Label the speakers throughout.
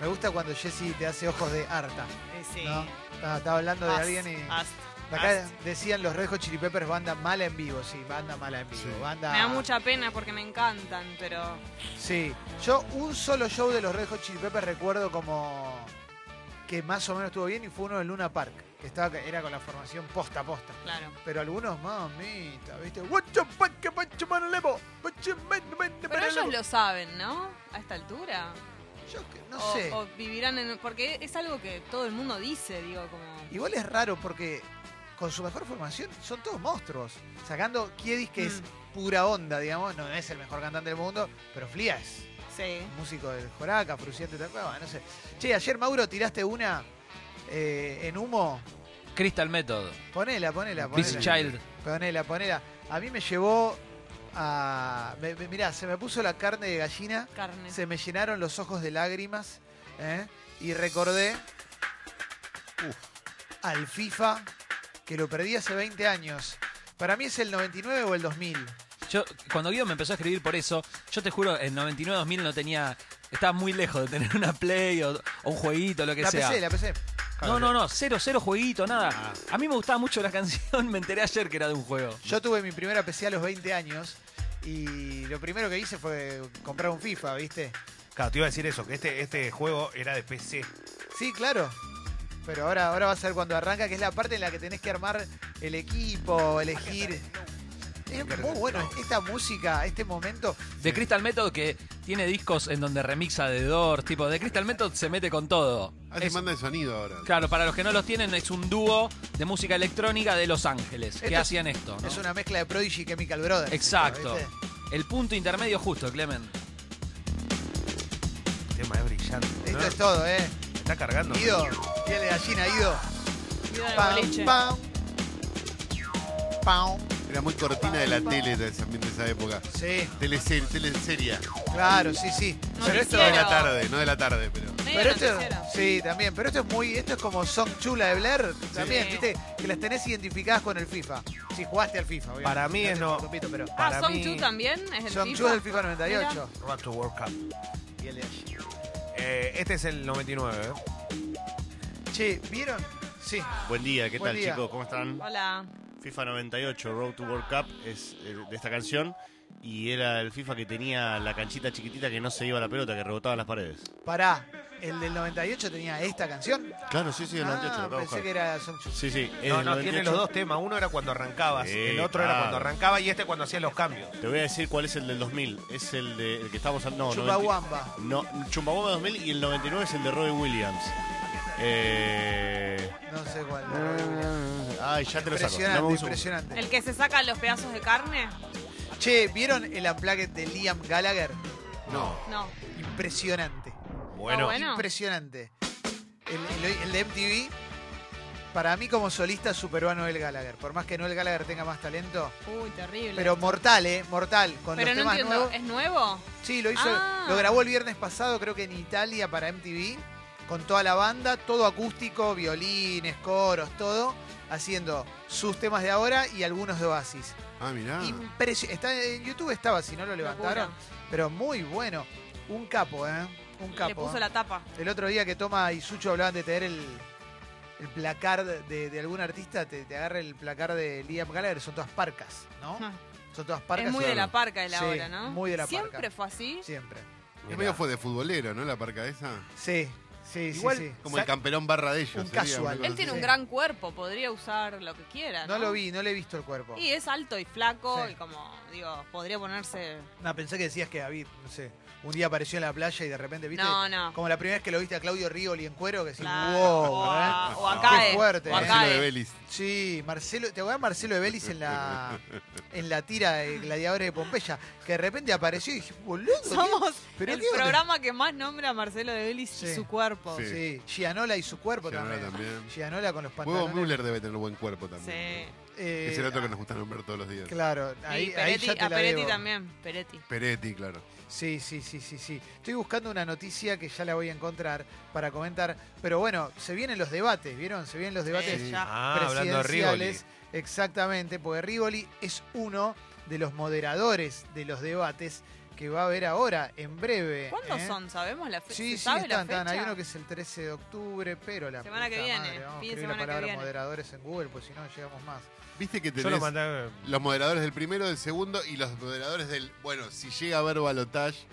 Speaker 1: Me gusta cuando Jesse te hace ojos de harta.
Speaker 2: Eh, sí.
Speaker 1: ¿no? Estaba, estaba hablando de
Speaker 2: Ast,
Speaker 1: alguien y.
Speaker 2: ast,
Speaker 1: Acá
Speaker 2: ast.
Speaker 1: decían los Red Hot Chili Peppers banda mala en vivo, sí, banda mala en vivo.
Speaker 3: Sí.
Speaker 1: Banda,
Speaker 2: Me da mucha pena porque me encantan, pero
Speaker 1: Sí. Yo un solo show de los Red Hot Chili Peppers recuerdo como que más o menos estuvo bien y fue uno de Luna Park. Que estaba, era con la formación posta a posta.
Speaker 2: claro.
Speaker 1: Pero algunos, mamita, ¿viste? What the fuck, what you wanna live for? What you mean, mean, mean,
Speaker 2: Pero ellos
Speaker 1: live
Speaker 2: lo saben, ¿no? A esta altura.
Speaker 1: for? Yo que- no
Speaker 2: o,
Speaker 1: sé.
Speaker 2: o vivirán en... Porque es algo que todo el mundo dice, digo, como...
Speaker 1: Igual es raro porque con su mejor formación son todos monstruos. Sacando Kiedis, que es pura onda, digamos, no es el mejor cantante del mundo, pero Flia es
Speaker 2: Sí.
Speaker 1: músico del Joraca, Fruciante, tal cual, no sé. Che, ayer Mauro tiraste una eh, en humo.
Speaker 4: Crystal Method,
Speaker 1: Ponela, ponela,
Speaker 4: This
Speaker 1: ponela.
Speaker 4: Child.
Speaker 1: Ponela, ponela. A mí me llevó a. me- me- mirá, se me puso la carne de gallina.
Speaker 2: Carne.
Speaker 1: Se me llenaron los ojos de lágrimas ¿eh? y recordé al FIFA que lo perdí hace 20 años. Para mí es el 99 o el 2000.
Speaker 4: Yo, cuando Guido me empezó a escribir por eso, yo te juro, en 99-2000 no tenía. Estaba muy lejos de tener una Play o, o un jueguito, lo que
Speaker 1: La
Speaker 4: sea.
Speaker 1: PC, la Ah. PC.
Speaker 4: No, no, no, cero, cero jueguito, nada. A mí me gustaba mucho la canción, me enteré ayer que era de un juego.
Speaker 1: Yo tuve mi primera PC a los 20 años y lo primero que hice fue comprar un FIFA, ¿viste?
Speaker 3: Claro, te iba a decir eso, que este, este juego era de PC.
Speaker 1: Sí, claro. Pero ahora, ahora va a ser cuando arranca, que es la parte en la que tenés que armar el equipo, elegir. Es muy bueno esta música, este momento.
Speaker 4: De Crystal Method que tiene discos en donde remixa de Doors, tipo, de Crystal Method se mete con todo.
Speaker 5: Ah, te
Speaker 4: Es-
Speaker 5: manda el sonido ahora.
Speaker 4: claro, para los que no los tienen, es un dúo de música electrónica de Los Ángeles que
Speaker 1: Esto es-
Speaker 4: hacían esto. ¿no?
Speaker 1: Es una mezcla de Prodigy y Chemical Brothers.
Speaker 4: Exacto.
Speaker 1: ¿viste?
Speaker 4: El punto intermedio justo, Clemen.
Speaker 3: El tema es brillante.
Speaker 1: Esto
Speaker 3: ¿no?
Speaker 1: es todo, ¿eh?
Speaker 3: Me Está cargando.
Speaker 1: Guido, piel de gallina, Guido.
Speaker 2: Viva el boliche.
Speaker 1: Pam, pam. Pam.
Speaker 5: Era muy cortina de la tele de esa, de esa época.
Speaker 1: Sí,
Speaker 5: Teleserie, teleseria.
Speaker 1: claro, sí, sí. Pero esto,
Speaker 5: No de la
Speaker 2: Noticiero.
Speaker 5: tarde, no de la tarde, pero.
Speaker 2: Medio
Speaker 1: pero esto,
Speaker 2: noticiero.
Speaker 1: sí, también. Pero esto es muy, esto es como Song Chula de Blair, también,
Speaker 2: Sí.
Speaker 1: viste, que las tenés identificadas con el FIFA. Si jugaste al FIFA, obviamente.
Speaker 3: Para mí
Speaker 1: te
Speaker 3: es no-
Speaker 1: compito, pero
Speaker 3: para
Speaker 2: ah, Song
Speaker 3: mí-
Speaker 2: Chu también es el
Speaker 1: Song
Speaker 2: FIFA.
Speaker 1: Chula del FIFA 98.
Speaker 3: Road to World Cup.
Speaker 1: Y el de allí.
Speaker 3: Eh, este es el 99, ¿eh?
Speaker 1: Che, ¿vieron? Sí.
Speaker 6: Buen día, ¿qué
Speaker 1: Buen
Speaker 6: tal
Speaker 1: día.
Speaker 6: chicos? ¿Cómo están?
Speaker 2: Hola.
Speaker 6: FIFA 98, Road to World Cup, es eh, de esta canción. Y era el FIFA que tenía la canchita chiquitita que no se iba a la pelota, que rebotaba en las paredes.
Speaker 1: Pará, el del 98 tenía esta canción.
Speaker 5: Claro, sí, sí, el 98,
Speaker 1: ah,
Speaker 5: lo acabo de
Speaker 1: pensé que
Speaker 5: buscar.
Speaker 1: era Song Chula.
Speaker 6: Sí, sí. es
Speaker 3: No,
Speaker 6: del
Speaker 3: no, tiene
Speaker 6: 98.
Speaker 3: los dos temas. Uno era cuando arrancabas,
Speaker 6: Sí,
Speaker 3: el otro era
Speaker 6: claro.
Speaker 3: cuando arrancaba y este cuando hacías los cambios.
Speaker 6: Te voy a decir cuál es el del 2000. Es el, de, el que estamos al. No, 90
Speaker 1: Chumbawamba.
Speaker 6: No, Chumbawamba 2000 y el 99 es el de Robin Williams. Eh...
Speaker 1: No sé cuál. la verdad, William.
Speaker 6: Ay, ya te lo saco. Dame
Speaker 1: Impresionante,
Speaker 6: un segundo.
Speaker 1: impresionante.
Speaker 2: El que se saca los pedazos de carne,
Speaker 1: Che, ¿vieron el unplugged de Liam Gallagher?
Speaker 5: No.
Speaker 2: no.
Speaker 1: Impresionante.
Speaker 2: Bueno. bueno.
Speaker 1: Impresionante. El, el- el de MTV, para mí como solista superó a Noel Gallagher. Por más que Noel Gallagher tenga más talento.
Speaker 2: Uy, terrible.
Speaker 1: Pero mortal, ¿eh? Mortal. Con
Speaker 2: Pero
Speaker 1: los
Speaker 2: no
Speaker 1: temas
Speaker 2: entiendo,
Speaker 1: nuevos.
Speaker 2: ¿es nuevo?
Speaker 1: Sí, lo hizo.
Speaker 2: Ah.
Speaker 1: Lo grabó el viernes pasado, creo que en Italia, para MTV. Con toda la banda, todo acústico, violines, coros, todo. Haciendo sus temas de ahora y algunos de Oasis.
Speaker 5: Ah, mirá.
Speaker 1: Impresio- Está, en YouTube estaba, si no lo levantaron.
Speaker 2: Locura.
Speaker 1: Pero muy bueno. Un capo, ¿eh? Un capo.
Speaker 2: Le puso
Speaker 1: ¿eh?
Speaker 2: la tapa.
Speaker 1: El otro día que Toma y Sucho hablaban de tener el, el placar de, de algún artista, te, te agarra el placar de Liam Gallagher, son todas parcas, ¿no?
Speaker 2: Ah.
Speaker 1: Son todas parcas.
Speaker 2: es muy de la
Speaker 1: parca.
Speaker 2: parca de la
Speaker 1: Sí,
Speaker 2: hora, ¿no?
Speaker 1: muy de la
Speaker 2: Siempre
Speaker 1: parca.
Speaker 2: fue así.
Speaker 1: Siempre.
Speaker 5: El medio fue de futbolero, ¿no? La parca esa.
Speaker 1: Sí, sí,
Speaker 3: Igual,
Speaker 1: sí. sí.
Speaker 5: Como el camperón barra de ellos.
Speaker 1: Un
Speaker 5: sería,
Speaker 1: casual.
Speaker 5: una cosa
Speaker 2: Él
Speaker 5: así.
Speaker 2: tiene un
Speaker 1: Sí.
Speaker 2: gran cuerpo, podría usar lo que quiera. No,
Speaker 1: No lo vi, no le he visto el cuerpo.
Speaker 2: Y es alto y flaco
Speaker 1: Sí.
Speaker 2: y como, digo, podría ponerse...
Speaker 1: No, pensé que decías que David, no sé, un día apareció en la playa y de repente viste.
Speaker 2: No, no.
Speaker 1: Como la primera vez que lo viste a Claudio Rigoli en cuero, que decís,
Speaker 2: Claro.
Speaker 1: wow,
Speaker 2: o,
Speaker 1: ¿eh?
Speaker 2: a, o a
Speaker 5: Qué
Speaker 2: Cae,
Speaker 1: fuerte,
Speaker 2: o a
Speaker 1: ¿eh?
Speaker 5: Marcelo
Speaker 2: Cae.
Speaker 5: de Vélez.
Speaker 1: Sí, Marcelo, te voy a Marcelo de Vélez en la, en la tira de Gladiadores de Pompeya, que de repente apareció y dije, boludo. ¿qué-
Speaker 2: Somos
Speaker 1: pero
Speaker 2: el
Speaker 1: qué onda?
Speaker 2: programa que más nombra a Marcelo de Vélez
Speaker 1: Sí.
Speaker 2: y su cuerpo.
Speaker 5: Sí.
Speaker 1: Sí, Gianola y su cuerpo
Speaker 5: Gianola
Speaker 1: también.
Speaker 5: también.
Speaker 1: Gianola con los
Speaker 5: Huevo
Speaker 1: pantalones.
Speaker 5: Müller debe tener buen cuerpo también.
Speaker 2: Sí.
Speaker 1: eh,
Speaker 5: Que Es el otro que nos gusta nombrar todos los días.
Speaker 1: Claro, ahí,
Speaker 2: y
Speaker 1: ahí
Speaker 2: Peretti,
Speaker 1: ya te
Speaker 2: a
Speaker 1: la
Speaker 2: Peretti
Speaker 1: debo.
Speaker 2: también, Peretti.
Speaker 5: Peretti, claro.
Speaker 1: Sí, sí, sí, sí, sí. Estoy buscando una noticia que ya la voy a encontrar para comentar. Pero bueno, se vienen los debates, ¿vieron? Se vienen los debates
Speaker 2: Sí, ya.
Speaker 3: Ah, hablando de Rivoli.
Speaker 1: presidenciales. Exactamente, porque Rivoli es uno de los moderadores de los debates que va a haber ahora, en breve.
Speaker 2: ¿Cuántos
Speaker 1: ¿eh?
Speaker 2: son? ¿Sabemos la fecha?
Speaker 1: Sí,
Speaker 2: ¿Se
Speaker 1: sí,
Speaker 2: sabe la
Speaker 1: están, están. Hay
Speaker 2: fecha?
Speaker 1: uno que es el 13 de octubre, pero la
Speaker 2: Semana
Speaker 1: puta
Speaker 2: que viene,
Speaker 1: madre, vamos a
Speaker 2: fin de
Speaker 1: escribir
Speaker 2: semana
Speaker 1: la
Speaker 2: que
Speaker 1: palabra
Speaker 2: viene.
Speaker 1: moderadores en Google, pues si no llegamos más.
Speaker 5: Viste que
Speaker 3: Yo lo
Speaker 5: tenés
Speaker 3: mandé.
Speaker 5: los moderadores del primero, del segundo y los moderadores del. Bueno, si llega a haber balotage,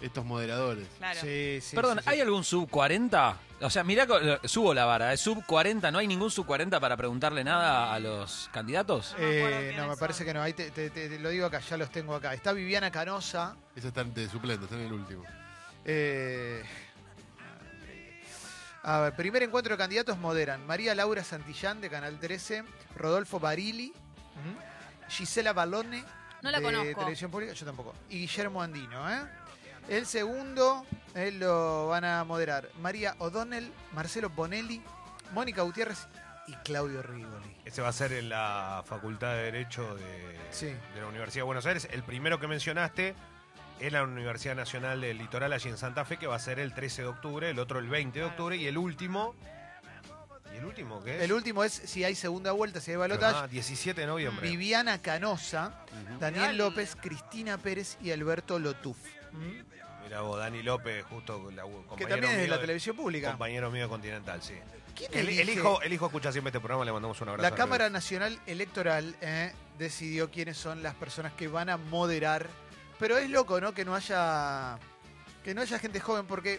Speaker 5: estos moderadores.
Speaker 2: Claro.
Speaker 1: Sí, sí,
Speaker 4: Perdón,
Speaker 1: sí, sí.
Speaker 4: ¿hay algún sub 40? O sea, mirá, co- lo- subo la vara, es sub 40, ¿no hay ningún sub 40 para preguntarle nada a los candidatos?
Speaker 2: No me acuerdo
Speaker 1: Eh,
Speaker 2: quiénes
Speaker 1: no, me
Speaker 2: son.
Speaker 1: parece que no. Ahí te, te- te- te lo digo acá, ya los tengo acá. Está Viviana Canosa.
Speaker 5: Esos están de suplente, están en el último.
Speaker 1: eh, a ver, primer encuentro de candidatos moderan. María Laura Santillán de Canal 13, Rodolfo Barili, Gisela Balone
Speaker 2: No la
Speaker 1: de
Speaker 2: conozco.
Speaker 1: Televisión Pública, yo tampoco. Y Guillermo Andino, ¿eh? El segundo, él lo van a moderar. María O'Donnell, Marcelo Bonelli, Mónica Gutiérrez y Claudio Rigoli.
Speaker 3: Ese va a ser en la Facultad de Derecho de,
Speaker 1: Sí.
Speaker 3: de la Universidad de Buenos Aires. El primero que mencionaste es la Universidad Nacional del Litoral allí en Santa Fe, que va a ser el 13 de octubre, el otro el 20 de octubre y el último... ¿Y el último qué es?
Speaker 1: El último es si hay segunda vuelta, si hay
Speaker 3: Ah,
Speaker 1: balotaje.
Speaker 3: 17 de noviembre.
Speaker 1: Viviana Canosa, Daniel
Speaker 2: Ay.
Speaker 1: López, Cristina Pérez y Alberto Lotuf. ¿Mm?
Speaker 3: Mira vos, Dani López, justo la, compañero
Speaker 1: Que también es de
Speaker 3: mío
Speaker 1: la televisión pública.
Speaker 3: Compañero mío de Continental, sí.
Speaker 1: ¿Quién
Speaker 3: El, el
Speaker 1: elige?
Speaker 3: hijo, el hijo escucha siempre este programa, le mandamos un abrazo.
Speaker 1: La
Speaker 3: al
Speaker 1: Cámara
Speaker 3: bebé.
Speaker 1: Nacional Electoral eh, decidió quiénes son las personas que van a moderar. Pero es loco, ¿no? Que no haya. Que no haya gente joven, porque.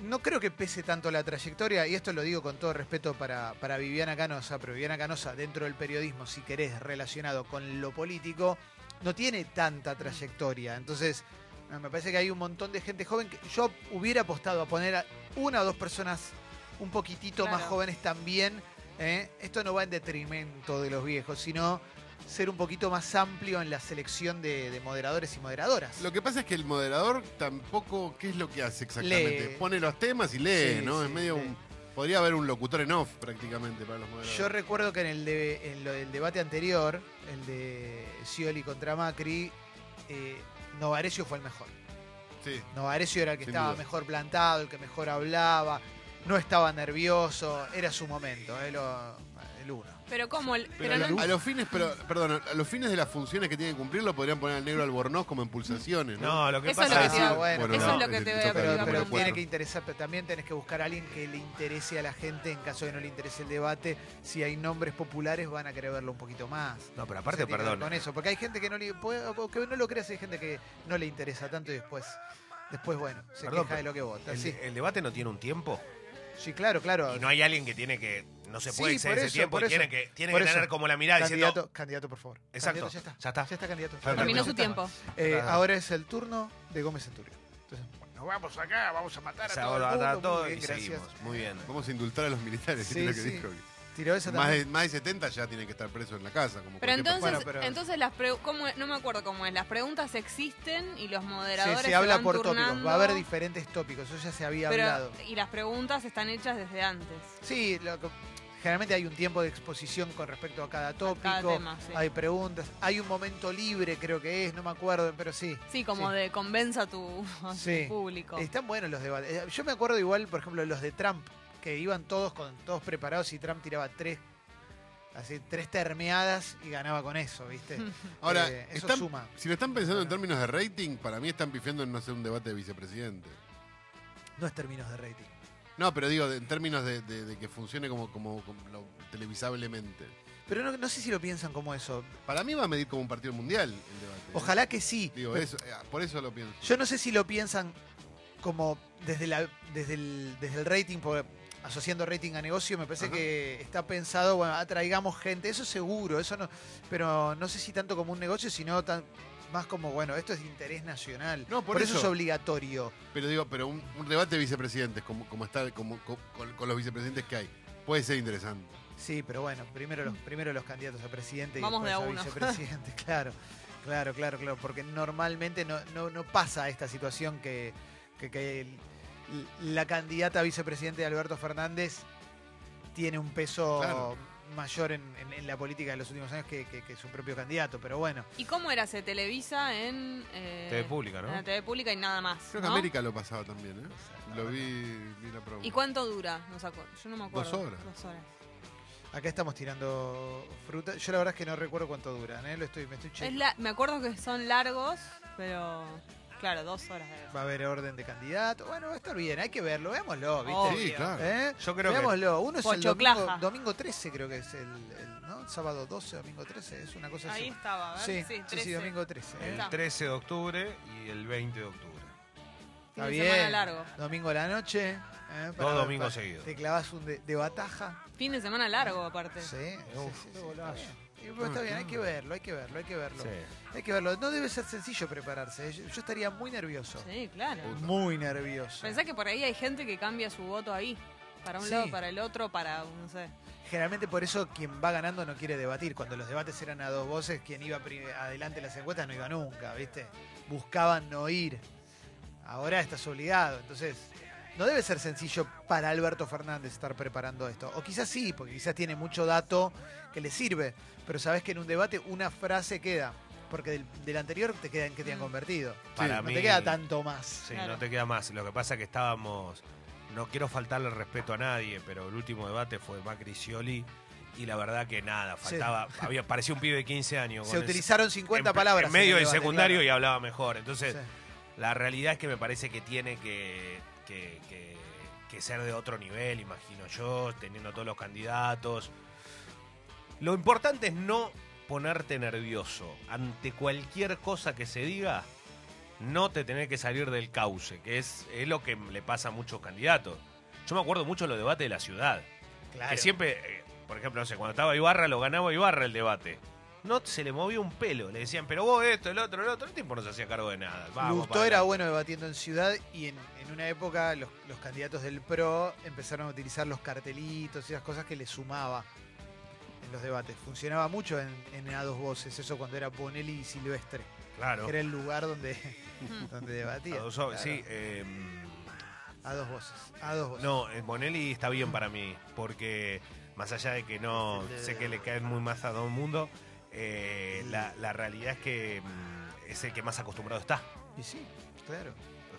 Speaker 1: No creo que pese tanto la trayectoria, y esto lo digo con todo respeto para, para Viviana Canosa, pero Viviana Canosa, dentro del periodismo, si querés, relacionado con lo político, no tiene tanta trayectoria. Entonces, eh, me parece que hay un montón de gente joven que yo hubiera apostado a poner a una o dos personas un poquitito más
Speaker 2: Claro.
Speaker 1: jóvenes también. ¿eh? Esto no va en detrimento de los viejos, sino ser un poquito más amplio en la selección de, de moderadores y moderadoras.
Speaker 5: Lo que pasa es que el moderador tampoco. ¿Qué es lo que hace exactamente?
Speaker 1: Lee.
Speaker 5: Pone los temas y lee,
Speaker 1: Sí,
Speaker 5: ¿no?
Speaker 1: sí,
Speaker 5: es medio
Speaker 1: lee.
Speaker 5: un. Podría haber un locutor en off prácticamente para los moderadores.
Speaker 1: Yo recuerdo que en el, de- en lo del debate anterior, el de Scioli contra Macri, eh, Novarecio fue el mejor.
Speaker 5: Sí.
Speaker 1: Novarecio era el que
Speaker 5: Sin
Speaker 1: estaba
Speaker 5: duda.
Speaker 1: mejor plantado, el que mejor hablaba, no estaba nervioso, era su momento, eh, lo- el uno.
Speaker 2: Pero cómo el, pero
Speaker 5: Pero a,
Speaker 2: no,
Speaker 5: lo- a los fines, pero, perdón, a los fines de las funciones que tienen que cumplir lo podrían poner al negro Albornoz como en pulsaciones, ¿no?
Speaker 3: No, lo que
Speaker 2: Eso
Speaker 3: pasa
Speaker 2: es lo que te
Speaker 1: Ah,
Speaker 2: iba a- eso es lo que te voy a-
Speaker 5: toca
Speaker 1: Pero,
Speaker 2: iba
Speaker 5: el
Speaker 2: a
Speaker 1: pero
Speaker 5: número
Speaker 1: tiene
Speaker 5: cuatro.
Speaker 1: que interesar, pero también tenés que buscar a alguien que le interese a la gente en caso de no le interese el debate. Si hay nombres populares van a querer verlo un poquito más.
Speaker 3: No,
Speaker 1: Se
Speaker 3: pero aparte,
Speaker 1: tiene que ver
Speaker 3: perdón. eh.
Speaker 1: Con eso, porque hay gente que no, le, puede- o que no lo creas, hay gente que no le interesa tanto y después, después bueno, se
Speaker 3: Perdón,
Speaker 1: queja de
Speaker 3: pero
Speaker 1: lo que vota.
Speaker 3: El,
Speaker 1: sí.
Speaker 3: el debate no tiene un tiempo.
Speaker 1: Sí, claro, claro.
Speaker 3: Y no hay alguien que tiene que. No se
Speaker 1: Sí,
Speaker 3: puede exceder
Speaker 1: por
Speaker 3: ese
Speaker 1: eso,
Speaker 3: tiempo.
Speaker 1: por
Speaker 3: y
Speaker 1: eso.
Speaker 3: tienen que, tienen
Speaker 1: Por
Speaker 3: que tener
Speaker 1: eso.
Speaker 3: como la mirada
Speaker 1: candidato,
Speaker 3: diciendo.
Speaker 1: candidato, por favor.
Speaker 3: Exacto.
Speaker 1: Candidato, ya está.
Speaker 3: Ya está.
Speaker 1: Ya está candidato.
Speaker 3: Perfecto.
Speaker 2: terminó
Speaker 3: Perfecto.
Speaker 2: su tiempo.
Speaker 1: Eh,
Speaker 3: Claro.
Speaker 1: Ahora es el turno de Gómez Centurión. Entonces,
Speaker 3: Se
Speaker 1: todo el
Speaker 3: aborda
Speaker 1: mundo, muy
Speaker 3: todo
Speaker 1: bien,
Speaker 3: y
Speaker 1: gracias.
Speaker 3: seguimos. Muy bien.
Speaker 2: Eh,
Speaker 5: Vamos a indultar a los militares,
Speaker 1: Sí,
Speaker 5: es lo que
Speaker 1: sí.
Speaker 5: dijo.
Speaker 1: tiró esa
Speaker 5: Más
Speaker 1: también.
Speaker 5: de, más de 70 ya tienen que estar presos en la casa. Como
Speaker 2: Pero
Speaker 5: cualquier
Speaker 2: entonces,
Speaker 5: persona.
Speaker 1: bueno, pero-
Speaker 2: entonces las pregu- ¿cómo es? no me acuerdo cómo es. Las preguntas existen y los
Speaker 1: Sí,
Speaker 2: moderadores
Speaker 1: se habla
Speaker 2: van
Speaker 1: por tópicos.
Speaker 2: turnando,
Speaker 1: Va a haber diferentes tópicos. Eso ya se había hablado.
Speaker 2: pero, eh, y las preguntas están hechas desde antes.
Speaker 1: Sí, lo que- generalmente hay un tiempo de exposición con respecto a cada tópico.
Speaker 2: Cada tema, sí.
Speaker 1: Hay preguntas. Hay un momento libre, creo que es, no me acuerdo, pero sí.
Speaker 2: Sí, como
Speaker 1: Sí.
Speaker 2: de convenza a tu, a tu
Speaker 1: Sí.
Speaker 2: público.
Speaker 1: Están buenos los debates. Eh, Yo me acuerdo igual, por ejemplo, los de Trump, que iban todos con todos preparados y Trump tiraba tres, así, tres termeadas y ganaba con eso, ¿viste?
Speaker 5: Ahora,
Speaker 1: Eh, eso
Speaker 5: están-
Speaker 1: suma.
Speaker 5: si lo están pensando en
Speaker 1: Bueno.
Speaker 5: términos de rating, para mí están pifiando en no hacer un debate de vicepresidente.
Speaker 1: No es términos de rating.
Speaker 5: No, pero digo, de- en términos de, de- de que funcione como, como, como lo- televisablemente.
Speaker 1: Pero no, no sé si lo piensan como eso.
Speaker 5: Para mí va a medir como un partido mundial el debate. ¿eh?
Speaker 1: Ojalá que sí.
Speaker 5: Digo, eso, eh, por eso lo pienso.
Speaker 1: Yo no sé si lo piensan como desde, la, desde, el, desde el rating, porque asociando rating a negocio, me parece
Speaker 5: Ajá.
Speaker 1: que está pensado, bueno, atraigamos gente, eso seguro, eso no, pero no sé si tanto como un negocio, sino tan, más como, bueno, esto es de interés nacional.
Speaker 5: No, por
Speaker 1: eso.
Speaker 5: eso.
Speaker 1: es obligatorio.
Speaker 5: Pero digo, pero un, un debate de vicepresidentes, como, como está, como, co- con, con los vicepresidentes que hay, puede ser interesante.
Speaker 1: Sí, pero bueno, primero los, primero los candidatos a presidente y
Speaker 2: Mm. Vamos de
Speaker 1: después
Speaker 2: a
Speaker 1: a
Speaker 2: uno.
Speaker 1: vicepresidente, claro. Claro, claro, claro, porque normalmente no, no, no pasa esta situación que, que- que el- la candidata a vicepresidente de Alberto Fernández tiene un peso
Speaker 5: Claro.
Speaker 1: mayor en, en- en la política de los últimos años que, que- que su propio candidato, pero bueno.
Speaker 2: ¿Y cómo era? Se televisa en, eh,
Speaker 3: TV pública, ¿no?
Speaker 2: en la TV pública y nada más.
Speaker 5: Creo que
Speaker 2: ¿no?
Speaker 5: América lo pasaba también, ¿eh? Lo vi, vi la promo.
Speaker 2: ¿Y cuánto dura? No saco- Yo no me acuerdo.
Speaker 5: Dos horas.
Speaker 2: Dos horas.
Speaker 1: Acá estamos tirando fruta. Yo la verdad es que no recuerdo cuánto duran, ¿eh? Lo estoy, me estoy
Speaker 2: Es
Speaker 1: chequeando.
Speaker 2: la- me acuerdo que son largos Pero, claro, dos horas debe ser.
Speaker 1: Va a haber orden de candidato. Bueno, va a estar bien, hay que verlo, veámoslo, ¿viste?
Speaker 2: Oh.
Speaker 5: Sí,
Speaker 2: Obvio.
Speaker 5: claro.
Speaker 1: ¿Eh?
Speaker 3: Yo creo que-
Speaker 1: Veámoslo. Uno es el domingo,
Speaker 2: Pochoclaja.
Speaker 1: domingo 13, creo que es el, el, ¿no? sábado 12, domingo 13, es una cosa
Speaker 2: Ahí
Speaker 1: así.
Speaker 2: estaba, a
Speaker 1: Sí,
Speaker 2: ver.
Speaker 1: sí, sí,
Speaker 2: 13.
Speaker 1: domingo 13.
Speaker 2: Ahí
Speaker 1: ¿eh?
Speaker 2: está.
Speaker 3: El 13 de octubre y el 20 de octubre.
Speaker 2: Fin de semana largo.
Speaker 1: Domingo a la noche. ¿eh?
Speaker 3: Dos
Speaker 1: ver,
Speaker 3: domingos seguidos.
Speaker 1: Te clavas un de, de bataja.
Speaker 2: Fin de semana largo, aparte.
Speaker 1: Sí, sí,
Speaker 3: Uf,
Speaker 1: sí, sí, está bien. Y, pues, está bien, hay que verlo, hay que verlo, hay que verlo.
Speaker 3: Sí.
Speaker 1: Hay que verlo. No debe ser sencillo prepararse. ¿eh? Yo, yo estaría muy nervioso.
Speaker 2: Sí, claro.
Speaker 1: Muy nervioso.
Speaker 2: Pensá que por ahí hay gente que cambia su voto ahí. Para un
Speaker 1: Sí.
Speaker 2: lado, para el otro, para, no sé.
Speaker 1: Generalmente por eso quien va ganando no quiere debatir. Cuando los debates eran a dos voces, quien iba pri- adelante en las encuestas no iba nunca, ¿viste? Buscaban no ir. Ahora estás obligado. Entonces, no debe ser sencillo para Alberto Fernández estar preparando esto. O quizás sí, porque quizás tiene mucho dato que le sirve. Pero sabes que en un debate una frase queda. Porque del, del anterior te queda en que te han
Speaker 2: Mm.
Speaker 1: convertido.
Speaker 3: Para
Speaker 1: no
Speaker 3: mí-
Speaker 1: te queda tanto más.
Speaker 3: Sí,
Speaker 2: Claro.
Speaker 3: no te queda más. Lo que pasa es que estábamos. No quiero faltarle respeto a nadie, pero el último debate fue Macri Scioli y la verdad que nada,
Speaker 1: Sí.
Speaker 3: faltaba. Había, parecía un pibe de 15 años.
Speaker 1: Se
Speaker 3: con el-
Speaker 1: utilizaron
Speaker 3: en
Speaker 1: 50
Speaker 3: pl-
Speaker 1: palabras.
Speaker 3: En medio
Speaker 1: el
Speaker 3: del
Speaker 1: debate,
Speaker 3: secundario y
Speaker 1: claro.
Speaker 3: hablaba mejor. Entonces,
Speaker 1: Sí.
Speaker 3: la realidad es que me parece que tiene que, que- que- que ser de otro nivel, imagino yo, teniendo todos los candidatos. Lo importante es no ponerte nervioso. Ante cualquier cosa que se diga, no te tenés que salir del cauce, que es, es lo que le pasa a muchos candidatos. Yo me acuerdo mucho de los debates de la ciudad. Que
Speaker 1: Claro.
Speaker 3: siempre, eh, por ejemplo, no sé, cuando estaba Ibarra, lo ganaba Ibarra el debate. No se le movía un pelo. Le decían, pero vos esto, el otro, el otro. El tipo no se hacía cargo de nada. Vamos,
Speaker 1: Lustó
Speaker 3: para
Speaker 1: era
Speaker 3: adelante.
Speaker 1: bueno debatiendo en ciudad y en, en una época los, los candidatos del PRO empezaron a utilizar los cartelitos y esas cosas que le sumaba en los debates. Funcionaba mucho en, en A dos voces, eso cuando era Bonelli y Silvestre,
Speaker 3: Claro.
Speaker 1: que era el lugar donde, donde debatía.
Speaker 3: A dos so-
Speaker 1: Claro,
Speaker 3: Sí, em,
Speaker 1: A dos voces, a dos voces.
Speaker 3: no, eh, Bonelli está bien para mí, porque más allá de que no
Speaker 1: Es el de-
Speaker 3: sé que le caen muy más a todo el mundo, eh, la, la realidad es que mm, es el que más acostumbrado está.
Speaker 1: Y sí, claro.